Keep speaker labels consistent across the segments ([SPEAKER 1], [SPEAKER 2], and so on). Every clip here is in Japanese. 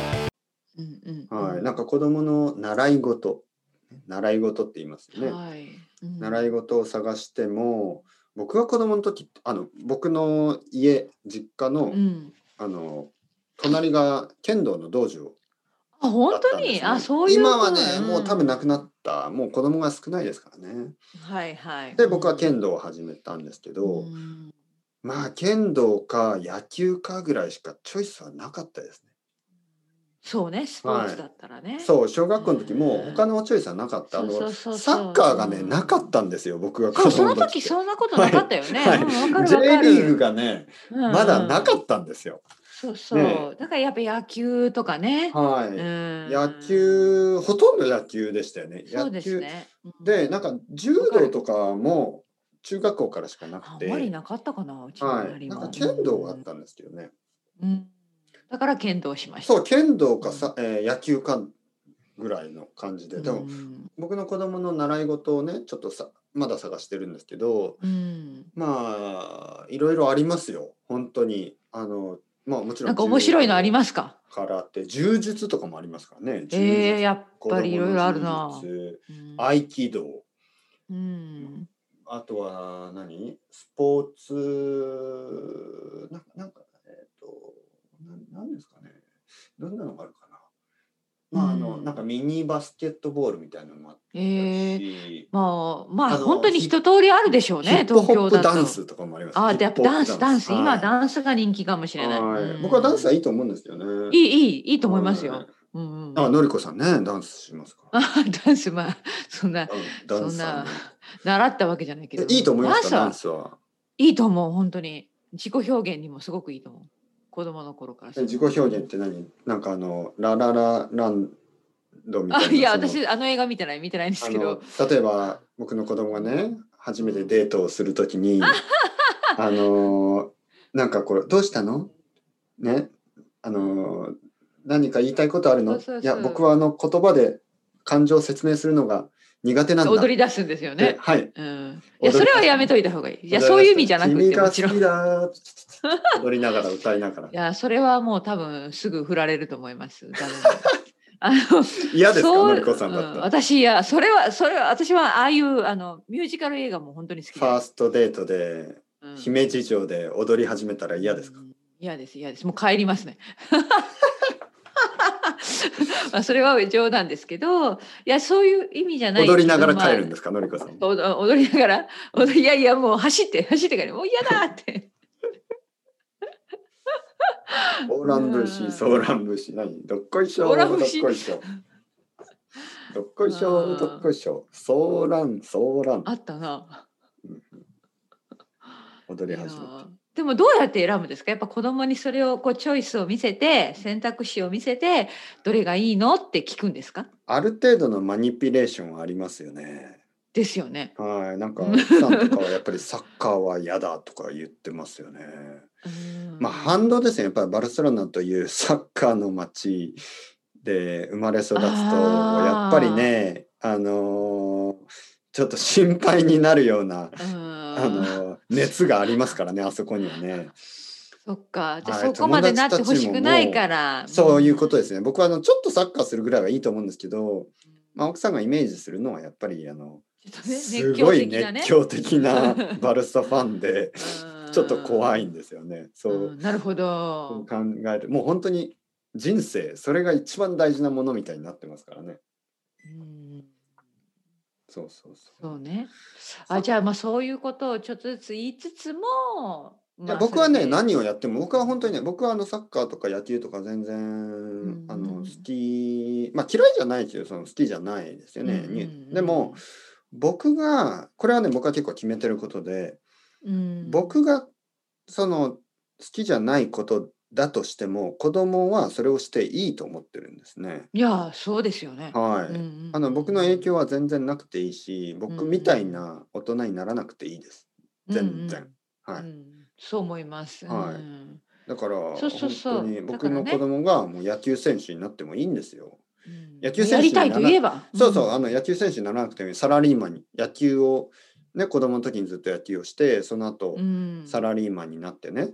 [SPEAKER 1] うんうんうん
[SPEAKER 2] はい、なんか子供の習い事習い事って言いますよね、
[SPEAKER 1] はい。うん
[SPEAKER 2] 習い事を探しても僕が子供の時あの僕の家実家の,、
[SPEAKER 1] うん。
[SPEAKER 2] あの隣が剣道の道場
[SPEAKER 1] あ、本
[SPEAKER 2] だっ
[SPEAKER 1] 当
[SPEAKER 2] たんですね
[SPEAKER 1] に、あ、そういう。
[SPEAKER 2] 今はね、もう多分
[SPEAKER 1] な。
[SPEAKER 2] なくなったもう子供が少ないですからね
[SPEAKER 1] はいはい。
[SPEAKER 2] で僕は剣道を始めたんですけど、
[SPEAKER 1] うん
[SPEAKER 2] まあ剣道か野球かぐらいしかチョイスはなかったです
[SPEAKER 1] そうね、スポーツだったらね。
[SPEAKER 2] ねそう小学校の時も
[SPEAKER 1] うん
[SPEAKER 2] 他のチョイスはなかったあの
[SPEAKER 1] そうそうそうそう
[SPEAKER 2] サッカーがね
[SPEAKER 1] うん
[SPEAKER 2] なかったんですよ僕が子
[SPEAKER 1] そうそ
[SPEAKER 2] 供
[SPEAKER 1] の
[SPEAKER 2] の時
[SPEAKER 1] 時
[SPEAKER 2] って
[SPEAKER 1] そんなことなかったよね。
[SPEAKER 2] はい
[SPEAKER 1] うんわかる
[SPEAKER 2] J
[SPEAKER 1] わかる
[SPEAKER 2] リーグがね
[SPEAKER 1] うんうん
[SPEAKER 2] まだなかったんですよ、
[SPEAKER 1] そうそう、
[SPEAKER 2] ね
[SPEAKER 1] だからやっぱ野球とかね。
[SPEAKER 2] はい、
[SPEAKER 1] うん
[SPEAKER 2] 野球ほとんど野球でしたよね。
[SPEAKER 1] そうです
[SPEAKER 2] 野球
[SPEAKER 1] ね。うん
[SPEAKER 2] でなんか柔道とかも中学校からしかな
[SPEAKER 1] あ
[SPEAKER 2] く
[SPEAKER 1] んまり
[SPEAKER 2] て、
[SPEAKER 1] なかったかな、うちの
[SPEAKER 2] は
[SPEAKER 1] 周
[SPEAKER 2] い、
[SPEAKER 1] り
[SPEAKER 2] なん
[SPEAKER 1] は
[SPEAKER 2] か剣道があったんですけどね。
[SPEAKER 1] うんだから剣道しました。
[SPEAKER 2] そう剣道かさ、えー野球かぐらいの感じで、でも
[SPEAKER 1] ん
[SPEAKER 2] 僕の子供の習い事をねちょっとさまだ探してるんですけど、
[SPEAKER 1] うん
[SPEAKER 2] まあいろいろありますよ本当にあのまあもちろん
[SPEAKER 1] なんか面白いのあり
[SPEAKER 2] す
[SPEAKER 1] ますか
[SPEAKER 2] 空手柔術とかもありますからね。柔術
[SPEAKER 1] えー、やっ
[SPEAKER 2] 子供
[SPEAKER 1] ぱ
[SPEAKER 2] の
[SPEAKER 1] りいろいろあるな
[SPEAKER 2] 柔。術
[SPEAKER 1] うん
[SPEAKER 2] 合気道。
[SPEAKER 1] うん
[SPEAKER 2] あとは何スポーツななんかえっ、とななんですかねどんなのがあるかな、まああの
[SPEAKER 1] うん
[SPEAKER 2] なんかミニバスケットボールみたいなのもあった
[SPEAKER 1] えー、
[SPEAKER 2] し、
[SPEAKER 1] まあま
[SPEAKER 2] あ
[SPEAKER 1] あ
[SPEAKER 2] の
[SPEAKER 1] 本当に一通りあるでしょう
[SPEAKER 2] ヒ
[SPEAKER 1] ね
[SPEAKER 2] ップ
[SPEAKER 1] 東
[SPEAKER 2] ホ
[SPEAKER 1] 京
[SPEAKER 2] ップ
[SPEAKER 1] だと。
[SPEAKER 2] ダンスとかもあります
[SPEAKER 1] あでやっぱダンスダンス、今
[SPEAKER 2] ン
[SPEAKER 1] ダンスが人気かもし
[SPEAKER 2] ス
[SPEAKER 1] れ
[SPEAKER 2] は
[SPEAKER 1] ないい。
[SPEAKER 2] は
[SPEAKER 1] う
[SPEAKER 2] い
[SPEAKER 1] ん
[SPEAKER 2] 僕はダンスはいいと思うんですよね
[SPEAKER 1] い
[SPEAKER 2] い
[SPEAKER 1] いいいいいと思いますよ。うんうん、
[SPEAKER 2] あのりこさんねダンスしますか
[SPEAKER 1] あ ダンスまあそんな
[SPEAKER 2] うんダンスさんね
[SPEAKER 1] 習ったわけじゃないけど。
[SPEAKER 2] えいいと思いますか
[SPEAKER 1] ダ
[SPEAKER 2] ダ
[SPEAKER 1] ン
[SPEAKER 2] ン
[SPEAKER 1] スは
[SPEAKER 2] スはい
[SPEAKER 1] いと思う本当に自己表現にもすごくいいと思う子供の頃からす
[SPEAKER 2] え
[SPEAKER 1] ると。
[SPEAKER 2] 自己表現って何なんかあのラララランドみたい
[SPEAKER 1] あ
[SPEAKER 2] ない
[SPEAKER 1] や
[SPEAKER 2] その
[SPEAKER 1] 私あの映画見てない見てないんです
[SPEAKER 2] あ
[SPEAKER 1] けど
[SPEAKER 2] の。例えば僕の子供がね初めてデートをすると きにあのなんかこれ「どうしたの?」ねあの何か言いたいことあるの
[SPEAKER 1] そうそうそう
[SPEAKER 2] いや僕はあの言葉で感情を説明するのが苦手なんだ
[SPEAKER 1] 踊り出すんですよ
[SPEAKER 2] で
[SPEAKER 1] ね。
[SPEAKER 2] はい
[SPEAKER 1] うん、いや
[SPEAKER 2] 踊り出す
[SPEAKER 1] それはやめといた方がいい。いやそういう意味じゃなく
[SPEAKER 2] 君
[SPEAKER 1] て
[SPEAKER 2] が
[SPEAKER 1] も
[SPEAKER 2] 好
[SPEAKER 1] ちろん。
[SPEAKER 2] きだ踊りながら歌いながら
[SPEAKER 1] いや、それはもう多分すぐ振られると思います。誰も あの、
[SPEAKER 2] 嫌ですか
[SPEAKER 1] そう
[SPEAKER 2] のりこさんだっ
[SPEAKER 1] う
[SPEAKER 2] たら、
[SPEAKER 1] 私、いや、それは、それは、私はああいう、あの、ミュージカル映画も本当に好き
[SPEAKER 2] ファーストデートで
[SPEAKER 1] うん
[SPEAKER 2] 姫路城で踊り始めたら嫌ですか、
[SPEAKER 1] うん嫌です、嫌です。もう帰りますね。 まあ、それは冗談ですけど、いや、そういう意味じゃない。
[SPEAKER 2] 踊りながら帰るん
[SPEAKER 1] ま
[SPEAKER 2] ですかのりこさん
[SPEAKER 1] あお ど踊りながら、踊りいやいや、もう走って、走ってから、もう嫌だって。
[SPEAKER 2] オーランブーシー、ソーランブーシー、何どっこいしょ、
[SPEAKER 1] オー
[SPEAKER 2] ど
[SPEAKER 1] ラ
[SPEAKER 2] っ
[SPEAKER 1] ンブーシー
[SPEAKER 2] こいしょ。どっこいしょ、
[SPEAKER 1] あー
[SPEAKER 2] どっこいしょ。ソーラン、ソーラン
[SPEAKER 1] あ。ったな。
[SPEAKER 2] 踊り
[SPEAKER 1] いや
[SPEAKER 2] 始めた。
[SPEAKER 1] でもどうやって選ぶんですかやっぱ子供にそれをこうチョイスを見せて選択肢を見せてどれがいいのって聞くんですか
[SPEAKER 2] ある程度のマニピュレーションはありますよね。
[SPEAKER 1] ですよね。
[SPEAKER 2] はい、なんか
[SPEAKER 1] うん
[SPEAKER 2] 奥さんとかはやっぱりサッカーは嫌だとか言ってますよね。
[SPEAKER 1] うん
[SPEAKER 2] まあ反動ですね。やっぱりバルセロナというサッカーの街で生まれ育つと、や
[SPEAKER 1] あー
[SPEAKER 2] っぱりね、あのーちょっと心配になるような。
[SPEAKER 1] うん
[SPEAKER 2] あの熱がありますからねあそこにはね
[SPEAKER 1] そっかじゃあ
[SPEAKER 2] はい
[SPEAKER 1] そこまでなってほしくないから、
[SPEAKER 2] そういうことですすね僕はあのちょっとサッカーするぐらいはいいと思うんですけど、まあ、奥さんがイメージするのはやっぱりあの
[SPEAKER 1] ちょっとね
[SPEAKER 2] すごい
[SPEAKER 1] 熱狂的なね
[SPEAKER 2] 熱狂的なバルサファン でちょっと怖
[SPEAKER 1] い
[SPEAKER 2] いんですよねそううん
[SPEAKER 1] なるほ
[SPEAKER 2] 考
[SPEAKER 1] ど
[SPEAKER 2] えるもう本当に人生それが一番大事なものみたいになってますからね
[SPEAKER 1] うん
[SPEAKER 2] そうそうそう
[SPEAKER 1] そうねあじゃあまあそういうことをちょっとずつ言いつつも、
[SPEAKER 2] い
[SPEAKER 1] ま
[SPEAKER 2] や
[SPEAKER 1] あ
[SPEAKER 2] 僕は
[SPEAKER 1] そ
[SPEAKER 2] ね
[SPEAKER 1] れで
[SPEAKER 2] 何をやっても僕は本当にね僕はあのサッカーとか野球とか全然、
[SPEAKER 1] ん
[SPEAKER 2] あの好きまあ嫌いじゃないですよその好きじゃないですよね、
[SPEAKER 1] うんうんうん
[SPEAKER 2] でも僕がこれはね僕は結構決めてることで、
[SPEAKER 1] うん
[SPEAKER 2] 僕がその好きじゃないことだとしても子供はそれをしていいと思ってるんですね。
[SPEAKER 1] いやそうですよね。
[SPEAKER 2] は
[SPEAKER 1] う
[SPEAKER 2] い、
[SPEAKER 1] んうんうん
[SPEAKER 2] あの僕の影響は全然なくていいし
[SPEAKER 1] ん
[SPEAKER 2] 僕みたいな大人にならなくていいです。全然。
[SPEAKER 1] うんうん
[SPEAKER 2] はい、
[SPEAKER 1] うんそう思います。
[SPEAKER 2] はい
[SPEAKER 1] うん
[SPEAKER 2] だから
[SPEAKER 1] そうそうそう
[SPEAKER 2] 本当に
[SPEAKER 1] だ
[SPEAKER 2] 僕
[SPEAKER 1] から
[SPEAKER 2] の
[SPEAKER 1] ね
[SPEAKER 2] 子供がもう野球選手になってもいいんです
[SPEAKER 1] う
[SPEAKER 2] よ。
[SPEAKER 1] ん
[SPEAKER 2] 野球選手
[SPEAKER 1] やりたいと言えば。
[SPEAKER 2] そうそう、
[SPEAKER 1] ん
[SPEAKER 2] あの野球選手にならなくてもいいサラリーマンに野球をね子供の時にずっと野球をしてその後、
[SPEAKER 1] うん
[SPEAKER 2] サラリーマンになってね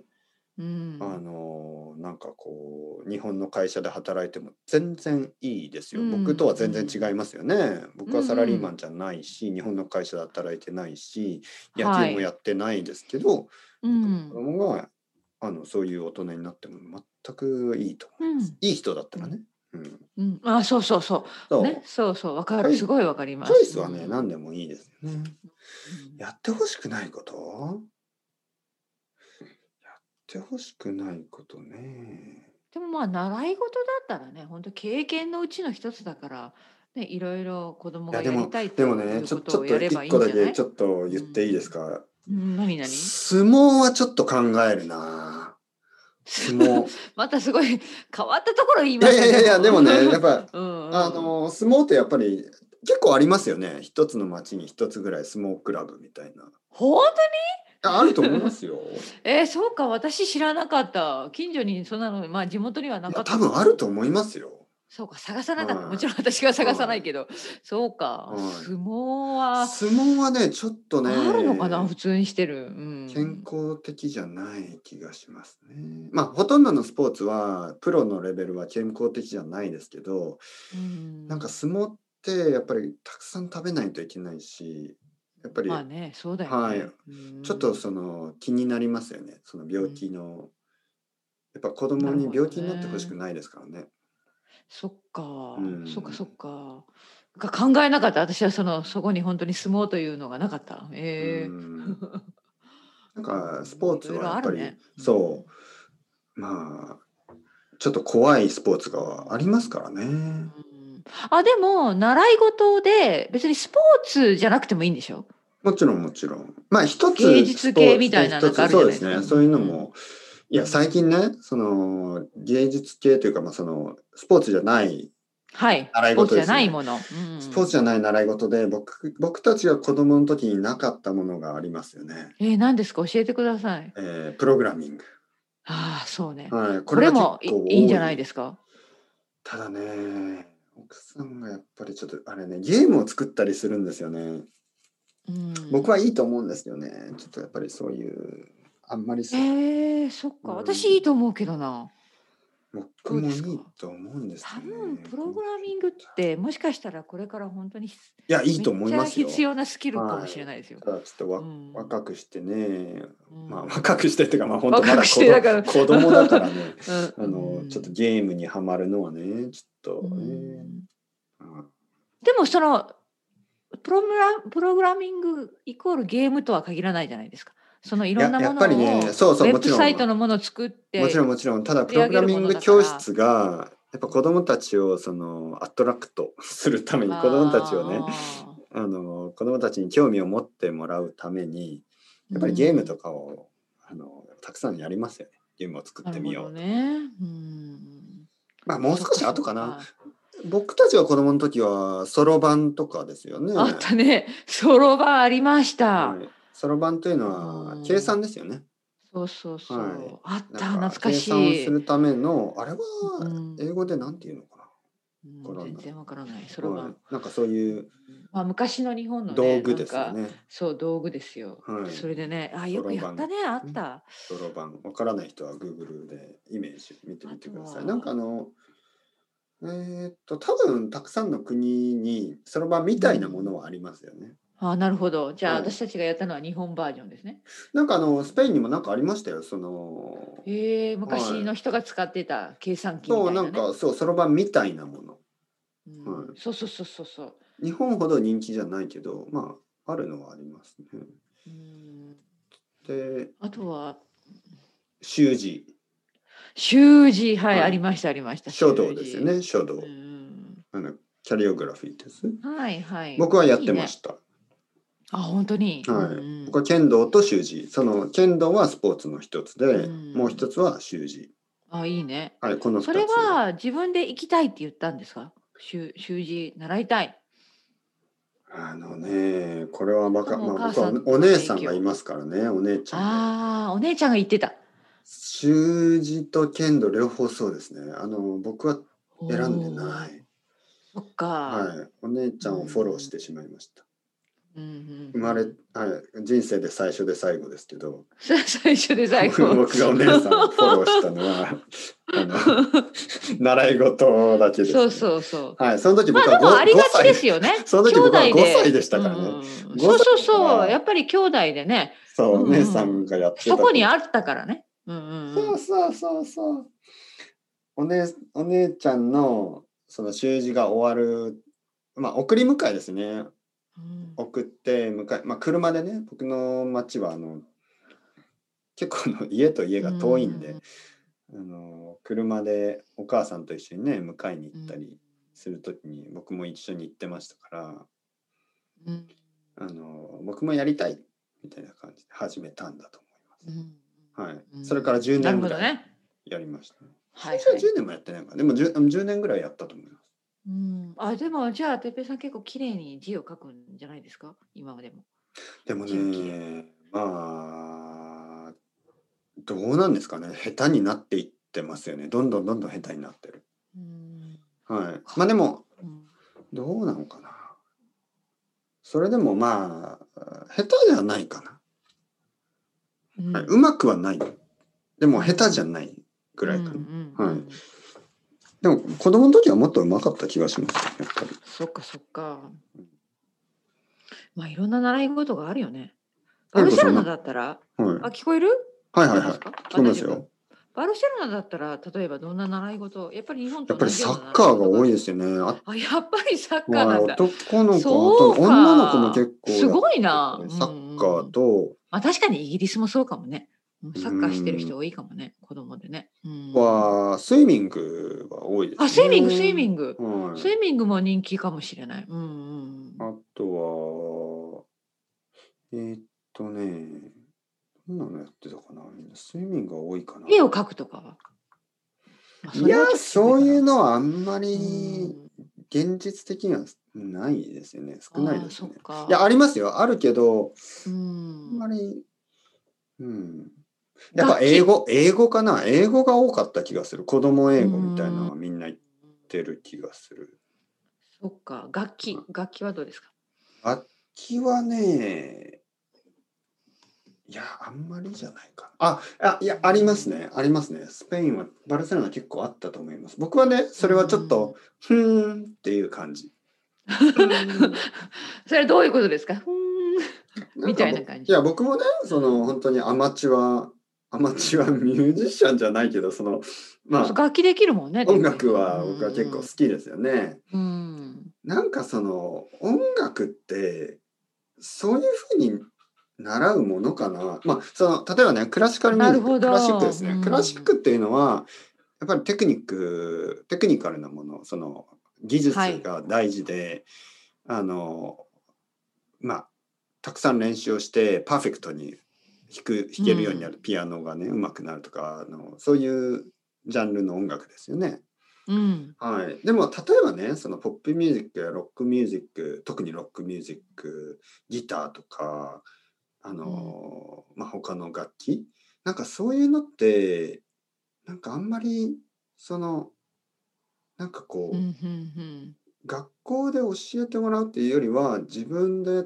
[SPEAKER 1] うん
[SPEAKER 2] あのなんかこう日本の会社で働いても全然いいですよ、
[SPEAKER 1] うん
[SPEAKER 2] 僕とは全然違いますよね僕はサラリーマンじゃないし、日本の会社で働いてないし野
[SPEAKER 1] は
[SPEAKER 2] 球
[SPEAKER 1] い
[SPEAKER 2] もやってないですけど、
[SPEAKER 1] う
[SPEAKER 2] 子
[SPEAKER 1] ん
[SPEAKER 2] 供があのそういう大人になっても全くいいと思います、いい人だったらね、うん、
[SPEAKER 1] うん、あそうそうそ
[SPEAKER 2] そうう、
[SPEAKER 1] ねそうそうわか
[SPEAKER 2] は
[SPEAKER 1] る
[SPEAKER 2] い
[SPEAKER 1] すごいわかります
[SPEAKER 2] チョイスはね何でもいいですよ
[SPEAKER 1] う
[SPEAKER 2] ね
[SPEAKER 1] ん
[SPEAKER 2] やってほしくないことやってほしくないことね
[SPEAKER 1] でもまあ習い事だったらね本当経験のうちの一つだから、ね、いろいろ子供が
[SPEAKER 2] いや
[SPEAKER 1] や
[SPEAKER 2] でも
[SPEAKER 1] りたい
[SPEAKER 2] で
[SPEAKER 1] と
[SPEAKER 2] も
[SPEAKER 1] い
[SPEAKER 2] ね、
[SPEAKER 1] う
[SPEAKER 2] ちょ
[SPEAKER 1] こ
[SPEAKER 2] ち
[SPEAKER 1] と
[SPEAKER 2] ょ
[SPEAKER 1] を
[SPEAKER 2] っと
[SPEAKER 1] やれ
[SPEAKER 2] 一
[SPEAKER 1] ばいいん
[SPEAKER 2] 個
[SPEAKER 1] じゃ
[SPEAKER 2] だ
[SPEAKER 1] な
[SPEAKER 2] け
[SPEAKER 1] い
[SPEAKER 2] ちょっと言っていいですか。
[SPEAKER 1] うん、何何
[SPEAKER 2] 相撲はちょっと考えるな。相 撲。
[SPEAKER 1] またすごい変わったところ言い
[SPEAKER 2] い
[SPEAKER 1] ま
[SPEAKER 2] やい
[SPEAKER 1] した
[SPEAKER 2] や
[SPEAKER 1] け
[SPEAKER 2] い
[SPEAKER 1] ど
[SPEAKER 2] やいや、で もね、やっぱ、
[SPEAKER 1] うんうん
[SPEAKER 2] あの相撲ってやっぱり結構ありますよね。一つの町に一つぐらい相撲クラブみたいな。
[SPEAKER 1] 本
[SPEAKER 2] ああると思いますよ。
[SPEAKER 1] 当にえーそうか私知らなかった近所にそんなのまあ地元にはい なか
[SPEAKER 2] や
[SPEAKER 1] った
[SPEAKER 2] 多分あると思いますよ。
[SPEAKER 1] そうか探さなかった、
[SPEAKER 2] うん
[SPEAKER 1] もちろん私が探さないけど、そうか、
[SPEAKER 2] うん
[SPEAKER 1] 相撲は
[SPEAKER 2] 相撲はね、ちょっとね。
[SPEAKER 1] あるのかな、普通にしてる、うん、
[SPEAKER 2] 健康的じゃない気がしますね。まあほとんどのスポーツはプロのレベルは健康的じゃないですけど、
[SPEAKER 1] うん
[SPEAKER 2] なんか相撲ってやっぱりたくさん食べないといけないしやっぱり
[SPEAKER 1] まあねそうだよ
[SPEAKER 2] はい
[SPEAKER 1] ね、うん
[SPEAKER 2] ちょっとその気になりますよねその病気の、やっぱ子供に
[SPEAKER 1] なるほど
[SPEAKER 2] 病
[SPEAKER 1] ね
[SPEAKER 2] 気になってほしくないですからね。
[SPEAKER 1] そっか、
[SPEAKER 2] ん
[SPEAKER 1] そっかそっか。が考えなかった私はそのそこに本当に相撲というのがなかった。ええ
[SPEAKER 2] うんなんかスポーツはやっぱり、
[SPEAKER 1] いろいろあるね
[SPEAKER 2] そうまあちょっと怖いスポーツがありますからね。
[SPEAKER 1] うんあでも習い事で別にスポーツじゃなくてもいいんでしょ。
[SPEAKER 2] もちろんもちろん。まあ一つ
[SPEAKER 1] 芸術系みたいな
[SPEAKER 2] 一つ
[SPEAKER 1] なんかあるじゃないですか
[SPEAKER 2] そうですね。そういうのも。いや最近ね、その芸術系というか、まあ、そのスポーツじゃない、
[SPEAKER 1] はい。
[SPEAKER 2] 習い
[SPEAKER 1] スポーツ
[SPEAKER 2] 事
[SPEAKER 1] じ
[SPEAKER 2] で
[SPEAKER 1] ゃ
[SPEAKER 2] すね
[SPEAKER 1] ないもの。うん
[SPEAKER 2] スポーツじゃない習い事で僕僕たちが子供の時になかったものがありますよね。
[SPEAKER 1] えー、何ですか教えてください。
[SPEAKER 2] えープログラミング。
[SPEAKER 1] ああそうね。
[SPEAKER 2] はい、
[SPEAKER 1] これもい
[SPEAKER 2] 結構多
[SPEAKER 1] いいんじゃないですか。
[SPEAKER 2] ただね、奥さんがやっぱりちょっとあれね、ゲームを作ったりするんですよね。
[SPEAKER 1] うん、
[SPEAKER 2] 僕はいいと思うんですよね。ちょっとやっぱりそういう、あんまり
[SPEAKER 1] え
[SPEAKER 2] そう
[SPEAKER 1] えそっか、
[SPEAKER 2] うん
[SPEAKER 1] 私いいと思うけどな。
[SPEAKER 2] 僕もいいと思うんです
[SPEAKER 1] 多
[SPEAKER 2] よ
[SPEAKER 1] 分
[SPEAKER 2] ね
[SPEAKER 1] プログラミングってもしかしたらこれから本当に必
[SPEAKER 2] いやいいと思います
[SPEAKER 1] めっちゃ
[SPEAKER 2] よ。
[SPEAKER 1] 必要なスキルかもしれないですよ。
[SPEAKER 2] ただちょっとわ、
[SPEAKER 1] うん
[SPEAKER 2] 若くしてね、
[SPEAKER 1] うん
[SPEAKER 2] まあ若くしてっていうかまあ本当まだ
[SPEAKER 1] 若く
[SPEAKER 2] 子
[SPEAKER 1] してだから
[SPEAKER 2] 供子供だか らね。
[SPEAKER 1] うん
[SPEAKER 2] あのちょっとゲームにはまるのはねちょっと
[SPEAKER 1] う
[SPEAKER 2] ね、
[SPEAKER 1] ん
[SPEAKER 2] うん
[SPEAKER 1] でもそのプログラプログラミングイコールゲームとは限らないじゃないですか。そのいろんなものを
[SPEAKER 2] ややっぱりねそうそう
[SPEAKER 1] ウェ
[SPEAKER 2] もちろ
[SPEAKER 1] ブ
[SPEAKER 2] ん
[SPEAKER 1] サイトのものを作って
[SPEAKER 2] もちろんもちろんただ
[SPEAKER 1] 取り
[SPEAKER 2] プ
[SPEAKER 1] 上
[SPEAKER 2] ロ
[SPEAKER 1] げ
[SPEAKER 2] グ
[SPEAKER 1] る
[SPEAKER 2] ラ
[SPEAKER 1] もの
[SPEAKER 2] ミ
[SPEAKER 1] だから
[SPEAKER 2] ング教室がやっぱ子供たちをそのアトラクトするために子供たちをねあの子供たちに興味を持ってもらうためにやっぱりゲームと
[SPEAKER 1] か
[SPEAKER 2] かを、あのたくさんやりますよねゲームを作ってみよう、
[SPEAKER 1] ねうん
[SPEAKER 2] まあもう少し後かな
[SPEAKER 1] そっ
[SPEAKER 2] 僕たちが子供の時はそろばんとかですよね。
[SPEAKER 1] そっかあったねそろばんありました。
[SPEAKER 2] はいそろばんというのは
[SPEAKER 1] うん
[SPEAKER 2] 計算ですよね。
[SPEAKER 1] そうそうそう、
[SPEAKER 2] はい
[SPEAKER 1] あっ
[SPEAKER 2] な
[SPEAKER 1] た
[SPEAKER 2] ん
[SPEAKER 1] 懐かし
[SPEAKER 2] 計算を
[SPEAKER 1] い。
[SPEAKER 2] するためのあれは
[SPEAKER 1] うん
[SPEAKER 2] 英語でなんていうのか
[SPEAKER 1] うん
[SPEAKER 2] からない
[SPEAKER 1] 全然わからない。そ
[SPEAKER 2] な。
[SPEAKER 1] ろばん、
[SPEAKER 2] はいなんかそういう
[SPEAKER 1] まあ昔の日本の、ね、
[SPEAKER 2] 道具です
[SPEAKER 1] な
[SPEAKER 2] よ
[SPEAKER 1] んか
[SPEAKER 2] ね。
[SPEAKER 1] そう道具ですよ。
[SPEAKER 2] はい
[SPEAKER 1] それでね、あよくやったね、あった。
[SPEAKER 2] そろばんわからない人は Google でイメージ見てみてくだ
[SPEAKER 1] あと
[SPEAKER 2] さ。
[SPEAKER 1] はい
[SPEAKER 2] なんかあのえーっと多分たくさんの国にそろばんみたいなものはありますよね。
[SPEAKER 1] あなるほど。じゃあ、
[SPEAKER 2] はい
[SPEAKER 1] 私たちがやったのは日本バージョンですね。
[SPEAKER 2] なんかあのスペインにもなんかありましたよ。その
[SPEAKER 1] ええ昔の人が使ってた計算機み
[SPEAKER 2] そう
[SPEAKER 1] たい
[SPEAKER 2] な
[SPEAKER 1] な、ね。
[SPEAKER 2] んかそうそろばんみたいなもの。
[SPEAKER 1] うん
[SPEAKER 2] はい
[SPEAKER 1] そうそうそうそうそう。
[SPEAKER 2] 日本ほど人気じゃないけど、まあ、あるのはありますね。
[SPEAKER 1] うん
[SPEAKER 2] で、
[SPEAKER 1] あとは
[SPEAKER 2] 習字、
[SPEAKER 1] 習字はい、
[SPEAKER 2] はい
[SPEAKER 1] ありましたありました。
[SPEAKER 2] 書道ですよね、書道
[SPEAKER 1] 習字。う。ん
[SPEAKER 2] あのキャリオグラフィーです。
[SPEAKER 1] はいはい。
[SPEAKER 2] 僕はやってま
[SPEAKER 1] いいね
[SPEAKER 2] した。
[SPEAKER 1] あ本当に。
[SPEAKER 2] は
[SPEAKER 1] うんう
[SPEAKER 2] い。
[SPEAKER 1] ん
[SPEAKER 2] 僕は剣道と習字。その剣道はスポーツの一つで、
[SPEAKER 1] うん
[SPEAKER 2] もう一つは習字。
[SPEAKER 1] あいいね。
[SPEAKER 2] はい、この二つ。
[SPEAKER 1] それは自分で行きたいって言ったんですか習習字習いたい。
[SPEAKER 2] あのね、これはバカ、
[SPEAKER 1] でも
[SPEAKER 2] まあ、
[SPEAKER 1] お母
[SPEAKER 2] 僕
[SPEAKER 1] さ
[SPEAKER 2] は
[SPEAKER 1] ん
[SPEAKER 2] お姉さんがいますからね、お姉ちゃんが。
[SPEAKER 1] ああお姉ちゃんが言ってた。
[SPEAKER 2] 習字と剣道両方そうですね。あの、僕は選んでない
[SPEAKER 1] おー。。そっか。
[SPEAKER 2] はい、お姉ちゃんをフォローしてしまいました。
[SPEAKER 1] うん
[SPEAKER 2] 生まれ、はい、人生で最初で最後ですけど、
[SPEAKER 1] さ 最初で最後。
[SPEAKER 2] 僕がお姉さんをフォローしたのは、あの、習い事だけです、
[SPEAKER 1] そうそうそう。
[SPEAKER 2] はい、その時
[SPEAKER 1] まあ
[SPEAKER 2] 僕は
[SPEAKER 1] でもありがちです
[SPEAKER 2] よ。
[SPEAKER 1] よね。
[SPEAKER 2] その時僕は
[SPEAKER 1] 兄
[SPEAKER 2] 5
[SPEAKER 1] 弟で
[SPEAKER 2] 歳でしたからね。
[SPEAKER 1] うん
[SPEAKER 2] 5
[SPEAKER 1] そうそうそ
[SPEAKER 2] 歳
[SPEAKER 1] う。やっぱり兄弟でね、
[SPEAKER 2] そう、
[SPEAKER 1] うんうん
[SPEAKER 2] お姉さんがやってた。
[SPEAKER 1] そこにあったからね。うんうん。
[SPEAKER 2] そううんそうそうそう。お姉、お姉ちゃんの、その習字が終わる、まあ、送り迎えですね。
[SPEAKER 1] うん
[SPEAKER 2] 送って迎え、まあ、車でね僕の町はあの結構あの家と家が遠いんで、あの車でお母さんと一緒にね迎えに行ったりする時に僕も一緒に行ってましたから、
[SPEAKER 1] うん
[SPEAKER 2] あの僕もやりたいみたいな感じで始めたんだと
[SPEAKER 1] う
[SPEAKER 2] 思い
[SPEAKER 1] ん
[SPEAKER 2] ます。はい
[SPEAKER 1] うん
[SPEAKER 2] それから10
[SPEAKER 1] なる
[SPEAKER 2] 年
[SPEAKER 1] ほ
[SPEAKER 2] ぐ
[SPEAKER 1] ど
[SPEAKER 2] らい
[SPEAKER 1] ね。
[SPEAKER 2] やりました、ね
[SPEAKER 1] はい
[SPEAKER 2] 最
[SPEAKER 1] はい
[SPEAKER 2] 初は10年もやってないからでも 10, 10年ぐらいやったと思います。
[SPEAKER 1] うん、あでもじゃあてっぺいさん結構綺麗に字を書くんじゃないですか今までも。
[SPEAKER 2] でも
[SPEAKER 1] 純喜
[SPEAKER 2] ねまあどうなんですかね下手になっていってますよねどんどんどんどん下手になってる
[SPEAKER 1] うん
[SPEAKER 2] はいまあでも
[SPEAKER 1] うん
[SPEAKER 2] どうなのかなそれでもまあ下手ではないか
[SPEAKER 1] う
[SPEAKER 2] な、はい
[SPEAKER 1] ん
[SPEAKER 2] うまくはないでも下手じゃないぐらいかな、
[SPEAKER 1] うん
[SPEAKER 2] はい
[SPEAKER 1] うん
[SPEAKER 2] でも子供の時はもっとうまかった気がしますやっぱり
[SPEAKER 1] そっかそっか
[SPEAKER 2] うん。
[SPEAKER 1] まあいろんな習い事があるよね。バ
[SPEAKER 2] ある
[SPEAKER 1] ル
[SPEAKER 2] こ
[SPEAKER 1] セ
[SPEAKER 2] と
[SPEAKER 1] ロ
[SPEAKER 2] ね
[SPEAKER 1] ナだったら、あ
[SPEAKER 2] は
[SPEAKER 1] 聞こえる？
[SPEAKER 2] い、はいはいはい
[SPEAKER 1] 聞こ
[SPEAKER 2] 聞こえますよ。
[SPEAKER 1] バルセロナだったら例えばどんな習い事？やっぱり日本と
[SPEAKER 2] やっぱ
[SPEAKER 1] 同
[SPEAKER 2] り
[SPEAKER 1] じ
[SPEAKER 2] サ
[SPEAKER 1] ような習
[SPEAKER 2] ッ
[SPEAKER 1] い事
[SPEAKER 2] カーが多いですよねあ
[SPEAKER 1] あやっぱりサッカー
[SPEAKER 2] は、
[SPEAKER 1] ないんだ。
[SPEAKER 2] 男の子
[SPEAKER 1] そう
[SPEAKER 2] と
[SPEAKER 1] か
[SPEAKER 2] 女の子も結構
[SPEAKER 1] すごいな
[SPEAKER 2] やっててサッカーと
[SPEAKER 1] まあ確かにイギリスもそうかもね。うんサッカーしてる人多いかもね、子供でね。うん
[SPEAKER 2] はスイミングは多いです、ね。
[SPEAKER 1] あスイミングスイミング、
[SPEAKER 2] グ。はい、
[SPEAKER 1] スイミングも人気かもしれない。うんうんうん。
[SPEAKER 2] あとはえーっとねどんなのやってたかなみんなスイミングが多いかな。
[SPEAKER 1] 絵を描くとかは。まあ
[SPEAKER 2] いやそういう
[SPEAKER 1] の
[SPEAKER 2] のはあんま
[SPEAKER 1] はちょっと
[SPEAKER 2] り現実的にはないですよね少
[SPEAKER 1] うん
[SPEAKER 2] ない
[SPEAKER 1] あ
[SPEAKER 2] で
[SPEAKER 1] ー
[SPEAKER 2] す
[SPEAKER 1] そ
[SPEAKER 2] ね
[SPEAKER 1] っ。か。
[SPEAKER 2] いやありますよあるけど
[SPEAKER 1] う
[SPEAKER 2] あん
[SPEAKER 1] ん
[SPEAKER 2] まりうん。やっぱ英
[SPEAKER 1] 楽器
[SPEAKER 2] 語、英語かな英語が多かった気がする。子供英語みたいなのはみんな言ってる気がする。
[SPEAKER 1] そっか楽器楽器はどうですか。
[SPEAKER 2] 楽器はね、いや、あんまりじゃないかな。あ、あいや、ありますね。ありますね。スペインは、バルセロナ結構あったと思います。僕はね、それはちょっと、ふーんっていう感 じ。
[SPEAKER 1] それはどういうことですか。ふーんみたいな感じ
[SPEAKER 2] いや、僕もね、その、本当にアマチュア、アマチュアミュージシャンじゃないけど、その、まあ、
[SPEAKER 1] 楽器できるもんね。
[SPEAKER 2] 音楽は僕は結構好きですよね。
[SPEAKER 1] うん。
[SPEAKER 2] なんかその音楽ってそういうふうに習うものかな、まあ、その例えばねクラシカルミュージッ
[SPEAKER 1] なるほ
[SPEAKER 2] クク
[SPEAKER 1] ど
[SPEAKER 2] ラシックですね、
[SPEAKER 1] うん
[SPEAKER 2] クラシックっていうのはやっぱりテクニックテクニカルなものその技術が大事で、あのまあたくさん練習をしてパーフェクトに弾く弾けるようになる、ピアノがねうまくなるとかあのそういうジャンルの音楽ですよね。
[SPEAKER 1] うん。
[SPEAKER 2] はい、でも例えばねそのポップミュージックやロックミュージック特にロックミュージックギターとかあの、まあ、他の楽器なんかそういうのってなんかあんまりそのなんかこ
[SPEAKER 1] う
[SPEAKER 2] う、
[SPEAKER 1] んうんうん。
[SPEAKER 2] 学校で教えてもらうっていうよりは自分で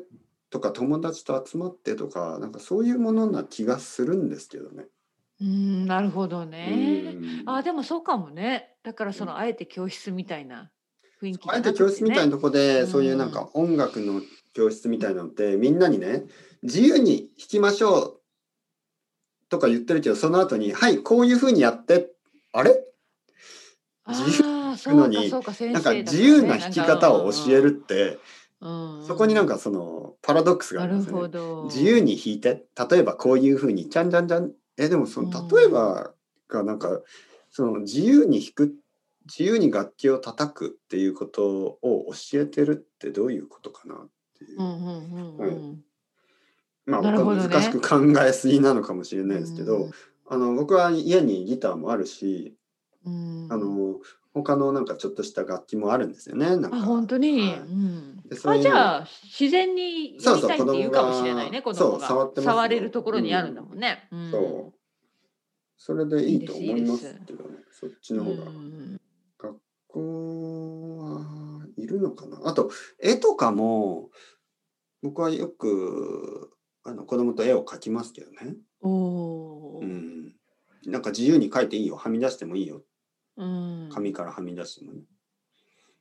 [SPEAKER 2] とか友達と集まってとかなんかそういうものな気がするんですけどね。
[SPEAKER 1] うんなるほどね。
[SPEAKER 2] うん
[SPEAKER 1] あでもそうかもね。だからその、
[SPEAKER 2] う
[SPEAKER 1] あえて教室みたいな雰囲気じ
[SPEAKER 2] あ
[SPEAKER 1] ゃ
[SPEAKER 2] え
[SPEAKER 1] なく
[SPEAKER 2] て
[SPEAKER 1] ね
[SPEAKER 2] 教室みたいなとこで、
[SPEAKER 1] うん
[SPEAKER 2] そういうなんか音楽の教室みたいなのってみんなにね自由に弾きましょうとか言ってるけどその後に「はいこういう風にやって」あれ自
[SPEAKER 1] ああ
[SPEAKER 2] 由に弾くのに
[SPEAKER 1] そうかそう
[SPEAKER 2] な
[SPEAKER 1] か
[SPEAKER 2] んか自由な弾き方を教えるってそこになん
[SPEAKER 1] か
[SPEAKER 2] かそのパラドックスがあ
[SPEAKER 1] な
[SPEAKER 2] りま
[SPEAKER 1] る
[SPEAKER 2] すよ
[SPEAKER 1] ほ
[SPEAKER 2] ね。
[SPEAKER 1] ど。
[SPEAKER 2] 自由に弾いて例えばこういう風に「ちゃんちゃんちゃん」えでもその
[SPEAKER 1] うん
[SPEAKER 2] 例えばがなんかその自由に弾く自由に楽器を叩くっていうことを教えてるってどういうことかなっていう。
[SPEAKER 1] うんうんうん
[SPEAKER 2] は
[SPEAKER 1] う
[SPEAKER 2] い
[SPEAKER 1] ん。
[SPEAKER 2] まあ、
[SPEAKER 1] なるほどね
[SPEAKER 2] 僕は難しく考えすぎなのかもしれないですけど、
[SPEAKER 1] うん
[SPEAKER 2] あの僕は家にギターもあるし、
[SPEAKER 1] うん
[SPEAKER 2] あの他のなんかちょっとした楽器もあるんですよね。なんか
[SPEAKER 1] あ本当に、
[SPEAKER 2] はい
[SPEAKER 1] うん
[SPEAKER 2] でそうい
[SPEAKER 1] あ
[SPEAKER 2] う
[SPEAKER 1] じゃあ自然にやりたいっていうかもしれないね
[SPEAKER 2] そ
[SPEAKER 1] 子
[SPEAKER 2] うそ
[SPEAKER 1] 供
[SPEAKER 2] う
[SPEAKER 1] が
[SPEAKER 2] 子供がそう触ってますよ
[SPEAKER 1] 触れるところにあるんだもんね。うん
[SPEAKER 2] そうそれでいいと思いますけどねそっちの方が。
[SPEAKER 1] うん
[SPEAKER 2] こうはいるのかなあと絵とかも僕はよくあの子供と絵を描きますけどね、
[SPEAKER 1] おお
[SPEAKER 2] う。ん、なんか自由に描いていいよはみ出してもいいよ
[SPEAKER 1] うん。
[SPEAKER 2] 紙からはみ出してもね、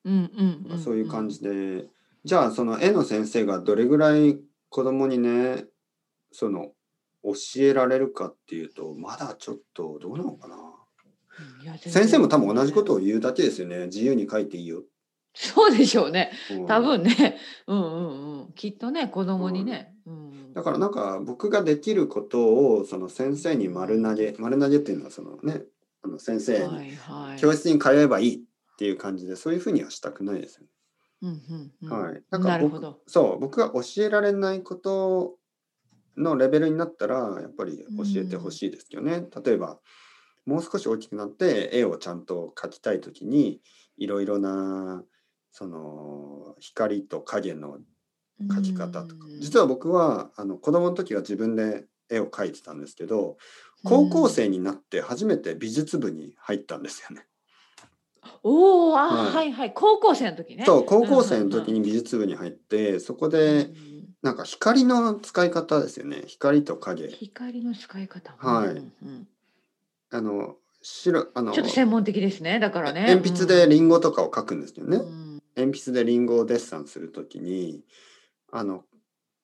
[SPEAKER 1] うんうんう
[SPEAKER 2] まあ
[SPEAKER 1] ん。
[SPEAKER 2] そういう感。じで、じゃあその絵の先生がどれぐらい子供にねその教えられるかっていうとまだちょっとどうなのかな
[SPEAKER 1] うんいや
[SPEAKER 2] 先生も多分同じことを。言うだけですよね自由に描いていいよ、
[SPEAKER 1] 全然そうでしょうね。
[SPEAKER 2] うん
[SPEAKER 1] 多分ね。うんうんうん。きっとね、子供にね。うん。
[SPEAKER 2] だからなんか僕ができることをその先生に丸投げ丸投げっていうのはそのねあの先生
[SPEAKER 1] は
[SPEAKER 2] に
[SPEAKER 1] いはい。
[SPEAKER 2] 教室に通えばいいっていう感じでそういうふうにはしたくないですよね。
[SPEAKER 1] うんうんうん。
[SPEAKER 2] はい、なん
[SPEAKER 1] な
[SPEAKER 2] か
[SPEAKER 1] るほ
[SPEAKER 2] 僕
[SPEAKER 1] ど。
[SPEAKER 2] そう僕が教えられないことのレベルになったらやっぱり教えてほしいですよね。例えばもう少し大きくなって絵をちゃんと描きたい時にいろいろなその光と影の描き方とか実
[SPEAKER 1] は
[SPEAKER 2] は僕はあの子供の時は自分で絵を描いてたんですけど高校生になって初めて美術部に入ったんですよね。
[SPEAKER 1] おお、あ、
[SPEAKER 2] はい
[SPEAKER 1] はいはい、高校生の時ね。
[SPEAKER 2] そう高校生の時に美術部に入ってそこで
[SPEAKER 1] うん
[SPEAKER 2] なんか光の使い方ですよね光と影
[SPEAKER 1] 光の使い方。
[SPEAKER 2] はい
[SPEAKER 1] うんうん
[SPEAKER 2] あの白あの
[SPEAKER 1] ちょっと専門的ですね、だからね。
[SPEAKER 2] 鉛筆でリンゴとかを描くんですけどね、
[SPEAKER 1] うん。
[SPEAKER 2] 鉛筆でリンゴをデッサンする時にあの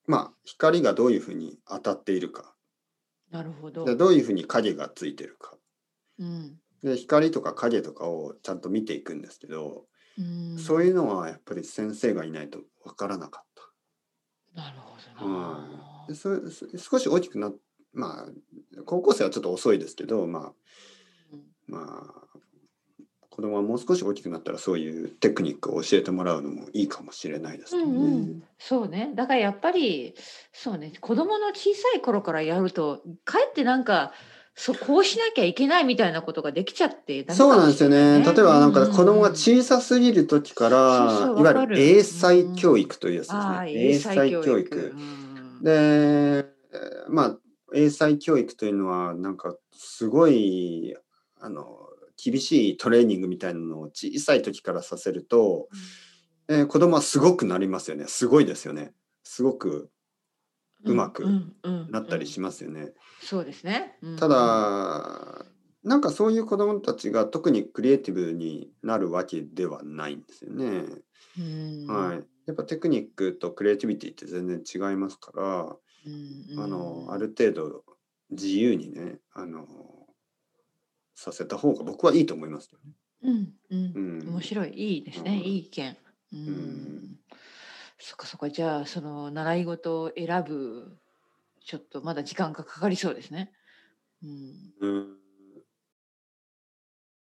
[SPEAKER 2] まあ光がどういうふうに当たっているか
[SPEAKER 1] なるほど。
[SPEAKER 2] でどういうふうに影がついてるか
[SPEAKER 1] うん
[SPEAKER 2] で光とか影とかをちゃんと見ていくんですけど、
[SPEAKER 1] うん
[SPEAKER 2] そういうのはやっぱり先生がいないとわからなかっ
[SPEAKER 1] なるほ
[SPEAKER 2] た。
[SPEAKER 1] どな
[SPEAKER 2] はい、でそそ少し大きくなっまあ高校生はちょっと遅いですけど、まあ、
[SPEAKER 1] うん
[SPEAKER 2] まあ子供はもう少し大きくなったらそういうテクニックを教えてもらうのもいいかもしれないですけどね。
[SPEAKER 1] うんうんそうね、だからやっぱりそうね子供の小さい頃からやるとかえってなんかそうこうしなきゃいけないみたいなことができちゃってダメか
[SPEAKER 2] そ
[SPEAKER 1] も
[SPEAKER 2] うなんですよね。
[SPEAKER 1] しれ
[SPEAKER 2] 例
[SPEAKER 1] い
[SPEAKER 2] えばなんか子供が
[SPEAKER 1] うん
[SPEAKER 2] 小さすぎる時から、
[SPEAKER 1] そうそう
[SPEAKER 2] い
[SPEAKER 1] わかる
[SPEAKER 2] わゆる英才教育というやつですね。
[SPEAKER 1] ああ
[SPEAKER 2] 英
[SPEAKER 1] 英
[SPEAKER 2] 才
[SPEAKER 1] 才
[SPEAKER 2] 教
[SPEAKER 1] 教
[SPEAKER 2] 育
[SPEAKER 1] 育。うん
[SPEAKER 2] で、えーまあ、英才教育というのは、なんか、すごい、あの、厳しいトレーニングみたいなのを小さい時からさせると、えー子供はすごくなりますよね。すごいですよね。すごくうまくなったりし
[SPEAKER 1] ま
[SPEAKER 2] ますよね。
[SPEAKER 1] す。そうですね。うん
[SPEAKER 2] た、だ、なんかそういう子供たちが特にクリエイティブになるわけではないんですよね。
[SPEAKER 1] うん
[SPEAKER 2] はい。。やっぱテクニックとクリエイティビティって全然違いますから、
[SPEAKER 1] うん
[SPEAKER 2] あのある。程度自由にねあのさせた方が僕はいいと思いますよね。
[SPEAKER 1] うんうん
[SPEAKER 2] う。ん、
[SPEAKER 1] 面白いいいですね、
[SPEAKER 2] うん
[SPEAKER 1] いい意見。うん
[SPEAKER 2] ん
[SPEAKER 1] そっかそっかじゃあその習い事を選ぶちょっとまだ時間がかかりそうですね。うん、
[SPEAKER 2] うん